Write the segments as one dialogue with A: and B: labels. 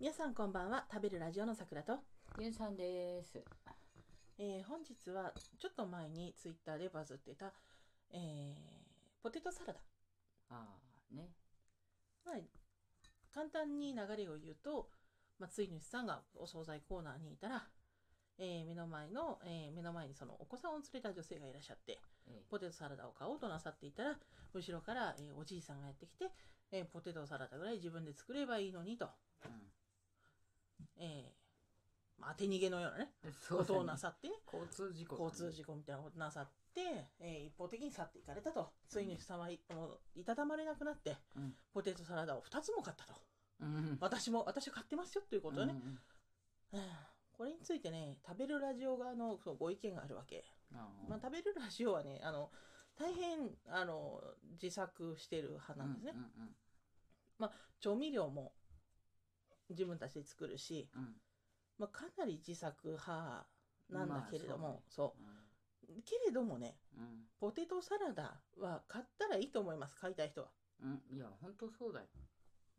A: 皆さんこんばんは食べるラジオの桜と、
B: ゆうさんです。
A: えー本日はちょっと前にツイッターでバズってた、えーポテトサラダ、
B: ああ、ね。
A: まあ、簡単に流れを言うと、まあ、つい主さんがお惣菜コーナーにいたら、えー目の前の、えー目の前にそのお子さんを連れた女性がいらっしゃって
B: ええ
A: ポテトサラダを買おうとなさっていたら後ろから、えーおじいさんがやってきて、えーポテトサラダぐらい自分で作ればいいのにと、えーまあ、当て逃げのようなね
B: うん。そ
A: ことを
B: だ
A: な
B: ね
A: さって
B: 交通事故だね、
A: 交通事故みたいなことなさって、えー一方的に去っていかれたとついに主様はいもういたたまれなくなって
B: うん。
A: ポテトサラダを2つも買ったと
B: うん。
A: 私も私は買ってますよということでね
B: う、んうん
A: うんこれについてね食べるラジオ側のそのご意見があるわけ、
B: ああ
A: まあ、食べるラジオはねあの大変あの自作してる派なんですね、
B: うんうん
A: 調味料も自分たちで作るし、
B: うんうん
A: まあ、かなり自作派なんだけれども、
B: まあ
A: そうけれどもね
B: うんうん
A: ポテトサラダは買ったらいいと思います買いたい人は
B: うん、いや本当そうだよ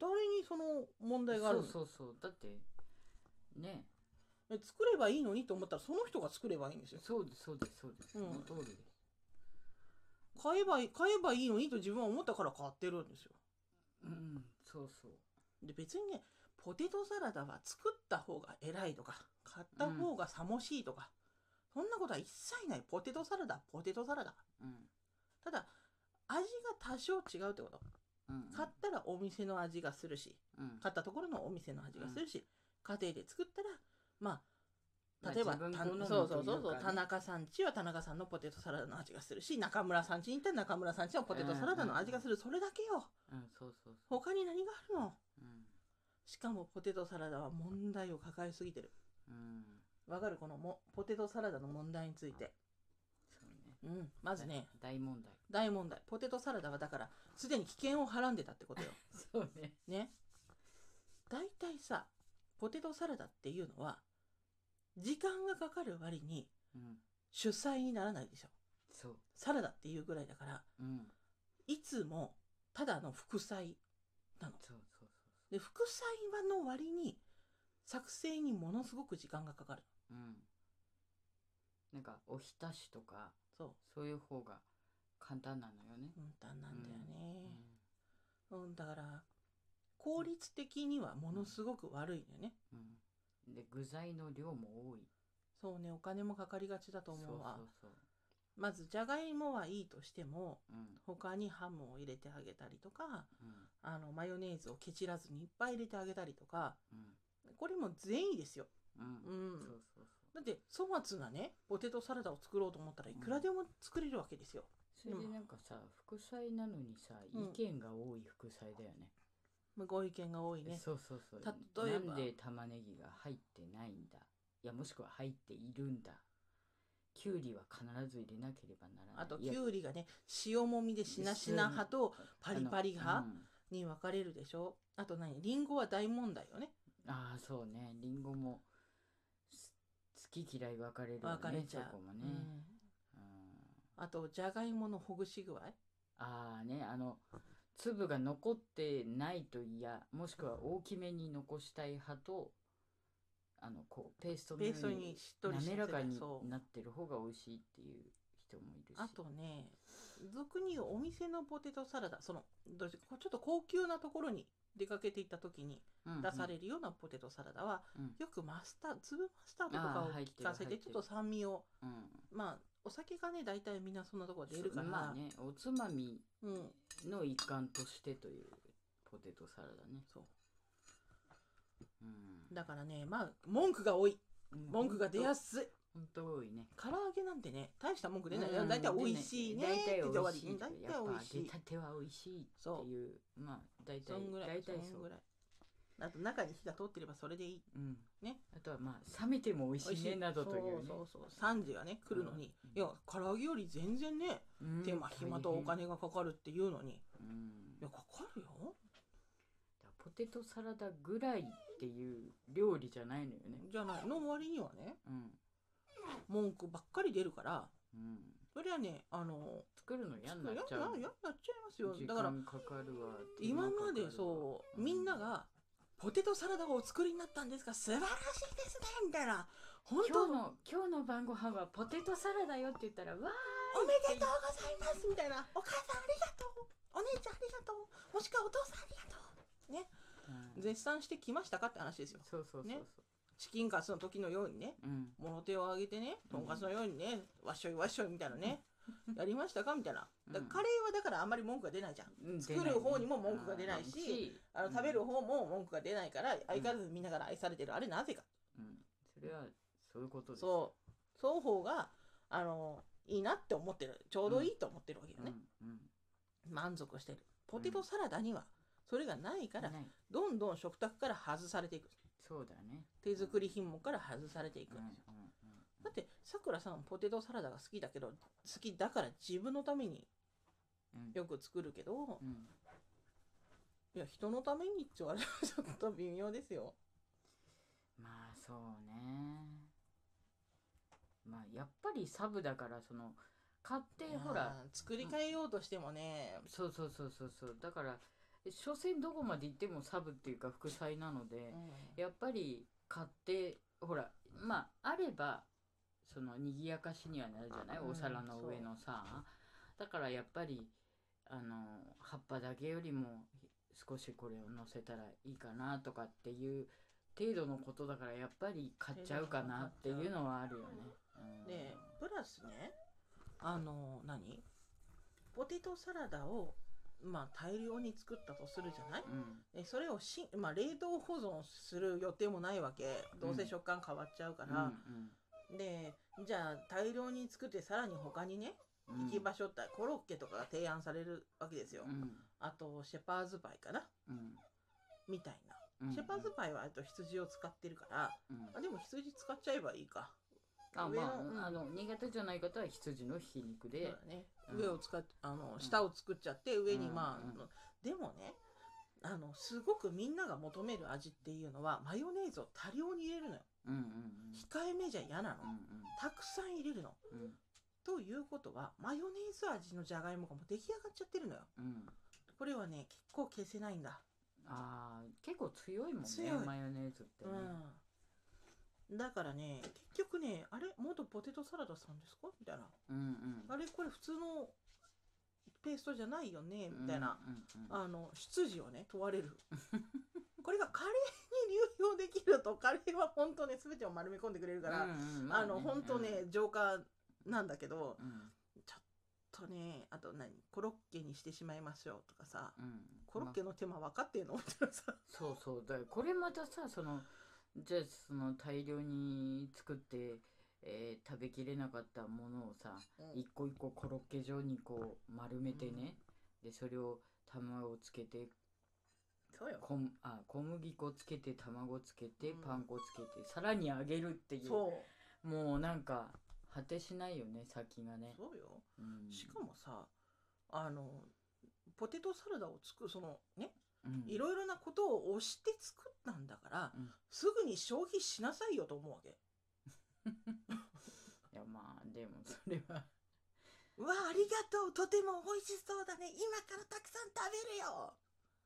A: 誰にその問題がある
B: そ
A: の
B: うそうそうだってね
A: 作ればいいのにと思ったらその人が作ればいいんですよ
B: そうですそうですそうで
A: う
B: す、
A: ん
B: その通りです
A: 買えばいい買えばいいのにと自分は思ったから買ってるんですよ
B: うんそうそう
A: で別にねポテトサラダは作った方が偉いとか買った方がさもしいとか、そんなことは一切ないポテトサラダポテトサラダ
B: うん
A: ただ味が多少違うってこと
B: うん
A: 買ったらお店の味がするし
B: うん
A: 買ったところのお店の味がするし、家庭で作ったらま
B: ま
A: あ
B: あ
A: 例えば、
B: 自分
A: た
B: 好み
A: そうそうそう
B: と
A: そ
B: いううかね
A: 田中さんちは田中さんのポテトサラダの味がするし中村さんちに行ったら中村さんちのポテトサラダの味がする、それだけよ
B: うんそうそうそう
A: 他に何があるの
B: うん
A: しかもポテトサラダは問題を抱えすぎてる
B: うん
A: わかるこのもポテトサラダの問題について
B: そうね
A: うんまずね
B: 大問題
A: 大問題ポテトサラダはだからすでに危険をはらんでたってこと よ
B: そうね
A: ね大体さポテトサラダっていうのは時間がかかる割に
B: うん
A: 主菜にならないでしょ
B: そう
A: サラダっていうぐらいだから
B: うん
A: いつもただの副菜なの
B: そうそうそう
A: で副菜はの割に作成にものすごく時間がかかる
B: うん、なんかおひたしとか
A: そ
B: そういう方が簡単なのよね
A: う、簡単なんだよ
B: うん
A: ね、うん、だから効率的にはものすごく悪いんだよね
B: うん、で具材の量も多い
A: そうねお金もかかりがちだと思うわ
B: そうそう
A: まずじゃがいもはいいとしても
B: そううん
A: 他にハムを入れてあげたりとか
B: うん
A: あのマヨネーズをケチらずにいっぱい入れてあげたりとか
B: うん
A: これも善意ですよ、
B: うん
A: う
B: そ
A: ん
B: う、そうそう
A: だって粗末なねポテトサラダを作ろうと思ったらいくらでも作れるわけですよ、
B: それでなんかさ副菜なのにさ
A: うん
B: 意見が多い副菜だよね、
A: まあご意見が多いね
B: そうそうそう
A: 例えば
B: なんで玉ねぎが入ってないんだいやもしくは入っているんだきゅうりは必ず入れなければならない
A: あと
B: い
A: き
B: や
A: ゅうりがね塩もみでしなしな派とパリパリ派
B: あのうん
A: に分かれるでしょあと何りんごは大問題よね
B: ああそうねりんごもす好き嫌い分かれるよ
A: 分かれ
B: ね
A: ちゃう、
B: そこも
A: う
B: ね、
A: ん
B: うん
A: あとじゃがいものほぐし具合
B: ああねあの粒が残ってないと嫌もしくは大きめに残したい派とあのこうペーストの
A: ベ
B: よ
A: ース
B: うに
A: にしっとりして
B: 滑らかに
A: そう
B: なってる方が美味しいっていう人もいるし
A: あとね俗に言うお店のポテトサラダそのどうしようちょっと高級なところに出かけていった時に
B: うんうん
A: 出されるようなポテトサラダは、
B: うん
A: よくマスター粒マスタードとか
B: あ
A: を
B: ー入って
A: 効
B: る
A: かせ
B: 入
A: て
B: って
A: ちょっ
B: る
A: と酸味を
B: うん
A: まあお酒がね大体みんなそんなところで出るから、
B: まあねおつまみ
A: うん
B: の一環としてというポテトサラダね
A: そ
B: うん
A: うだからねまあ文句が多い文句が出や
B: す
A: すい
B: 本当多いね
A: 唐揚げなんてね大した文句出ない、
B: うん
A: 大体美味しいねって言って終わりうん
B: 大
A: 大
B: 体
A: 体
B: 美味しい
A: 美味し
B: やっぱ揚
A: い
B: げたては美味しい
A: そ
B: っ
A: う
B: ていうまあ大体
A: そんぐらい
B: 大体
A: そ
B: そ
A: ん
B: う
A: ぐらいあと中に火が通ってればそれでいい
B: うん
A: ね
B: あとはまあ冷めても美味しいねなどというね
A: そうそうそう3時がね来るのに、
B: うん
A: いや唐揚げより全然ね
B: うん
A: 手間暇とお金がかかるっていうのに、
B: うん
A: いやかかるよ
B: ポテトサラダぐらいっていう料理じゃないのよね
A: じゃないの割にはね
B: うん
A: 文句ばっかり出るから
B: うん
A: それはねあの
B: 作るの嫌
A: や
B: に
A: ん
B: な
A: な
B: っ
A: っ
B: ち
A: ち
B: ゃ
A: ゃ
B: う
A: いますよ
B: 時
A: だから
B: 間かかるわ手間
A: 今
B: かか
A: ま
B: るわ
A: でそう
B: うん
A: みんながポテトサラダをお作りになったんですが、素晴らしいですねみたいな。本当
B: 今日の今日の晩ご飯はポテトサラダよって言ったらわー
A: おめでとうございますみたいな。お母さんありがとう。お姉ちゃんありがとう。もしくはお父さんありがと
B: い、
A: う。絶賛してきましたかって話ですよ。
B: そうそうそうそう、
A: ねチキンカツの時のようにね。
B: うん
A: 物手を挙げてね、とんかつのようにね、わっしょいわっしょいみたいな ね、やりましたかみたいな。だからカレーはだからあんまり文句が出ないじゃん。
B: うん
A: 作る方にも文句が出ないし
B: 出なし
A: あの
B: うん
A: 食べる方も文句が出ないから、相変わらずみんなから愛されてる。あれなぜか。
B: うん、それはそういうことです
A: そう。双方が、あの、いいなって思ってる。ちょうどいいと思ってるわけよね。
B: うんうん、
A: 満足してる。ポテトサラダには、それがないから、
B: ない
A: どんどん食卓から外されていく。
B: そうだね
A: 手作り品目から外されていくんですよ。
B: うんうんうん
A: だって、さくらさん、ポテトサラダが好きだけど、好きだから自分のために
B: うん
A: よく作るけど、
B: うん
A: いや、人のためにって言われるとちょっと微妙ですよ。
B: まあそうねまあやっぱりサブだからその買ってほら
A: まあ作り変えようとしてもね、
B: そうそうそうそうそうだから所詮どこまで行ってもサブっていうか副菜なので
A: うん
B: やっぱり買ってほらまああればその賑やかしにはなるじゃない
A: うん
B: お皿の上のさだからやっぱりあの葉っぱだけよりも少しこれを乗せたらいいかなとかっていう程度のことだからやっぱり買っちゃうかなっていうのはあるよね。うん
A: で、プラスね、あの、何ポテトサラダを、まあ、大量に作ったとするじゃない
B: うん
A: えそれをし、まあ、冷凍保存する予定もないわけ。どうせ食感変わっちゃうから。で、じゃあ、大量に作って、さらに他にね、
B: うんうん
A: 行き場所って、コロッケとかが提案されるわけですよ。
B: うん
A: あと、シェパーズパイかな
B: うん
A: みたいな。
B: うん
A: シェパーズパイはあと羊を使ってるから、
B: うん
A: あでも羊使っちゃえばいいか。
B: あ
A: 上の
B: ま
A: うん
B: ああの苦手じゃない方は羊のひき肉
A: そう
B: で
A: だね、
B: うん
A: 上を使っあの
B: ん
A: 下を作っちゃって上にまあ、
B: うん
A: あ
B: うん
A: のでもねあのすごくみんなが求める味っていうのはマヨネーズを多量に入れるのよ
B: うんうん
A: 控えめじゃ嫌なの、
B: うん
A: たくさん入れるの
B: うんうん
A: ということはマヨネーズ味のじゃがいもがもう出来上がっちゃってるのよ
B: うん
A: これはね結構消せないんだ
B: あー結構強いもんね
A: 強い
B: マヨネーズってね、
A: うんだからね結局ねあれ元ポテトサラダさんですかみたいな
B: うん、うん
A: あれこれ普通のペーストじゃないよねみたいな、
B: うんうんうん
A: あの出自をね問われるこれがカレーに流用できるとカレーは本当ね全てを丸め込んでくれるから、
B: うんうんま
A: あ
B: ね
A: の本当ね、浄化なんだけど
B: うん
A: とねあと何コロッケにしてしまいましょうとかさ
B: うんうん
A: コロッケ
B: ま
A: の手間分かってんのみたいなさ
B: あそうそうだからこれまたさそのじゃあその大量に作って、えー食べきれなかったものをさ一個一個コロッケ状にこう丸めてね、でそれを卵をつけて
A: そうよ
B: こんあ小麦粉つけて卵つけて
A: うん
B: パン粉つけて、さらに揚げるっていう
A: そう
B: もうなんか果てしないよね先がね、
A: そうよ
B: うん
A: しかもさあのポテトサラダを作るそのね
B: うん
A: いろいろなことを押して作ったんだから、
B: うん
A: すぐに消費しなさいよと思うわけ
B: いやまあでもそれは
A: うわありがとうとても美味しそうだね今からたくさん食べるよ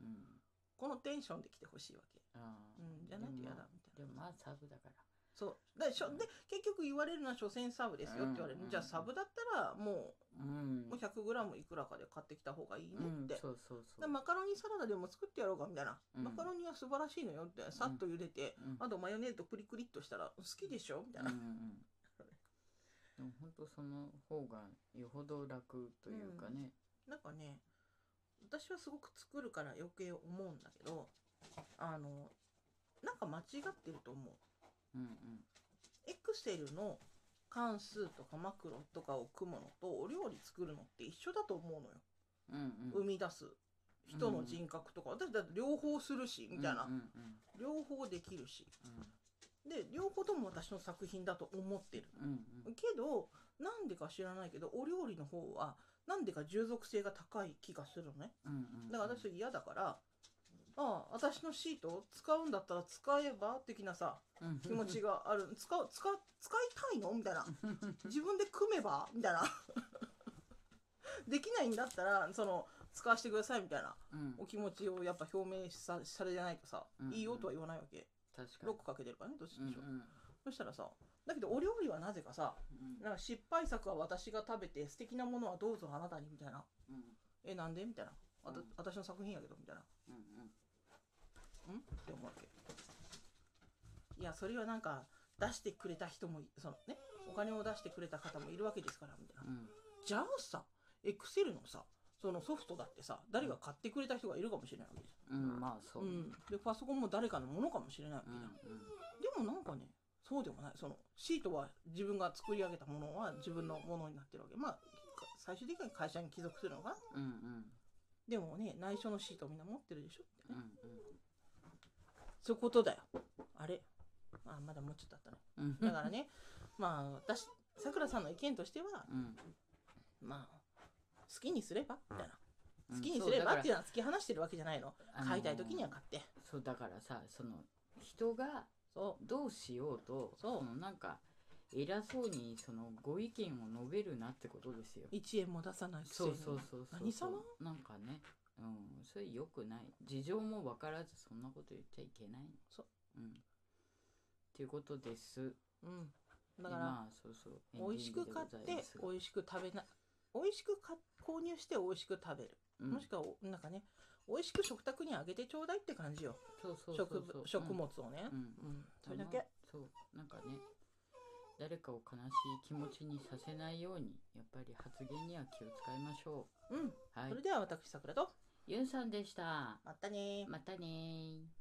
B: うん
A: このテンションで来てほしいわけ、
B: あー
A: うん、じゃないと嫌だみた
B: で
A: い
B: も
A: な
B: まあサブだから
A: そうでしょで結局言われるのは所詮サブですよって言われる、
B: うん
A: じゃあサブだったらも
B: うん
A: うもう 100g いくらかで買ってきた方がいいね
B: う
A: っ
B: ん
A: て、
B: そうそうそう
A: でマカロニサラダでも作ってやろうかみたいな、
B: うん
A: マカロニは素晴らしいのよってさっと茹でて、
B: うん
A: あとマヨネーズとクリクリっとしたら好きでしょみたいな、
B: うんうんでも本当その方がよほど楽というかね、
A: なんかね私はすごく作るから余計思うんだけどあのなんか間違ってると思う
B: うん、うん
A: エクセルの関数とかマクロとかを組むのとお料理作るのって一緒だと思うのよ、
B: うんうん
A: 生み出す人の人格とか、私だって両方するしみたいな、
B: うんうんうん
A: 両方できるしで両方とも私の作品だと思ってる
B: うんうん
A: けどなんでか知らないけどお料理の方はなんでか従属性が高い気がするのね
B: うんうん
A: だから私嫌だから、ああ私のシートを使うんだったら使えば的なさ
B: うん
A: 気持ちがあ る使う使う使いたいのみたいな 自分で組めばみたいなできないんだったらその使わせてくださいみたいな
B: うん
A: お気持ちをやっぱ表明さされじゃないとさ、
B: うん
A: いいよとは言わないわけ
B: 確か
A: ロ
B: に
A: ックかけてるからねどっち
B: うんう
A: で
B: ん
A: しょ、そしたらさだけどお料理はなぜかさなんか失敗作は私が食べて素敵なものはどうぞあなたにみたいな
B: うんうん
A: えなんでみたいなあた、
B: うん
A: 私の作品やけどみたいな
B: うんうん
A: んって思うわけいやそれはなんか出してくれた人もいそのねお金を出してくれた方もいるわけですからみたいな
B: うん
A: じゃあさエクセルのさそのソフトだってさ誰が買ってくれた人がいるかもしれないわけじ
B: うんまあそ
A: ゃ、
B: うん
A: うん、でパソコンも誰かのものかもしれないわけ
B: う
A: じゃん、
B: ん
A: でもなんかねそうでもないそのシートは自分が作り上げたものは自分のものになってるわけまあ最終的には会社に帰属するのかな
B: うんうん
A: でもね内緒のシートをみんな持ってるでしょって
B: う
A: ね、
B: ん
A: そういうことだよあれあまだもうちょっとあったね
B: うんうん
A: だからねまあ私さくらさんの意見としては
B: うん
A: まあ好きにすればみたいな
B: うん
A: 好きにすればっていう
B: そう
A: のは突き放してるわけじゃないの
B: だから
A: 買いたい時には
B: あの
A: 買って
B: ーそうだからさその人が
A: そ
B: どうしようと
A: そう
B: のなんか偉そうにそのご意見を述べるなってことですよ
A: う1円も出さないくせ
B: そう
A: に
B: そうそうそう
A: 何様
B: なんかねうんそれ良くない事情も分からずそんなこと言っちゃいけない
A: そう
B: うんっていうことです
A: うんだから、
B: まあそうそう
A: 美味しく買っ
B: エンディングでござい
A: て
B: ます
A: 美味しく食べな美味しくか購入して美味しく食べる、
B: うん
A: もしくはおなんかね美味しく食卓にあげてちょうだいって感じよ
B: そうそうそうそううん
A: 食物をね
B: う、ん
A: うんそれだけ、
B: そうなんかね誰かを悲しい気持ちにさせないようにやっぱり発言には気を使いましょ
A: うん
B: うはい
A: それでは私さくらと
B: ユンさんでした
A: まったねー
B: またねー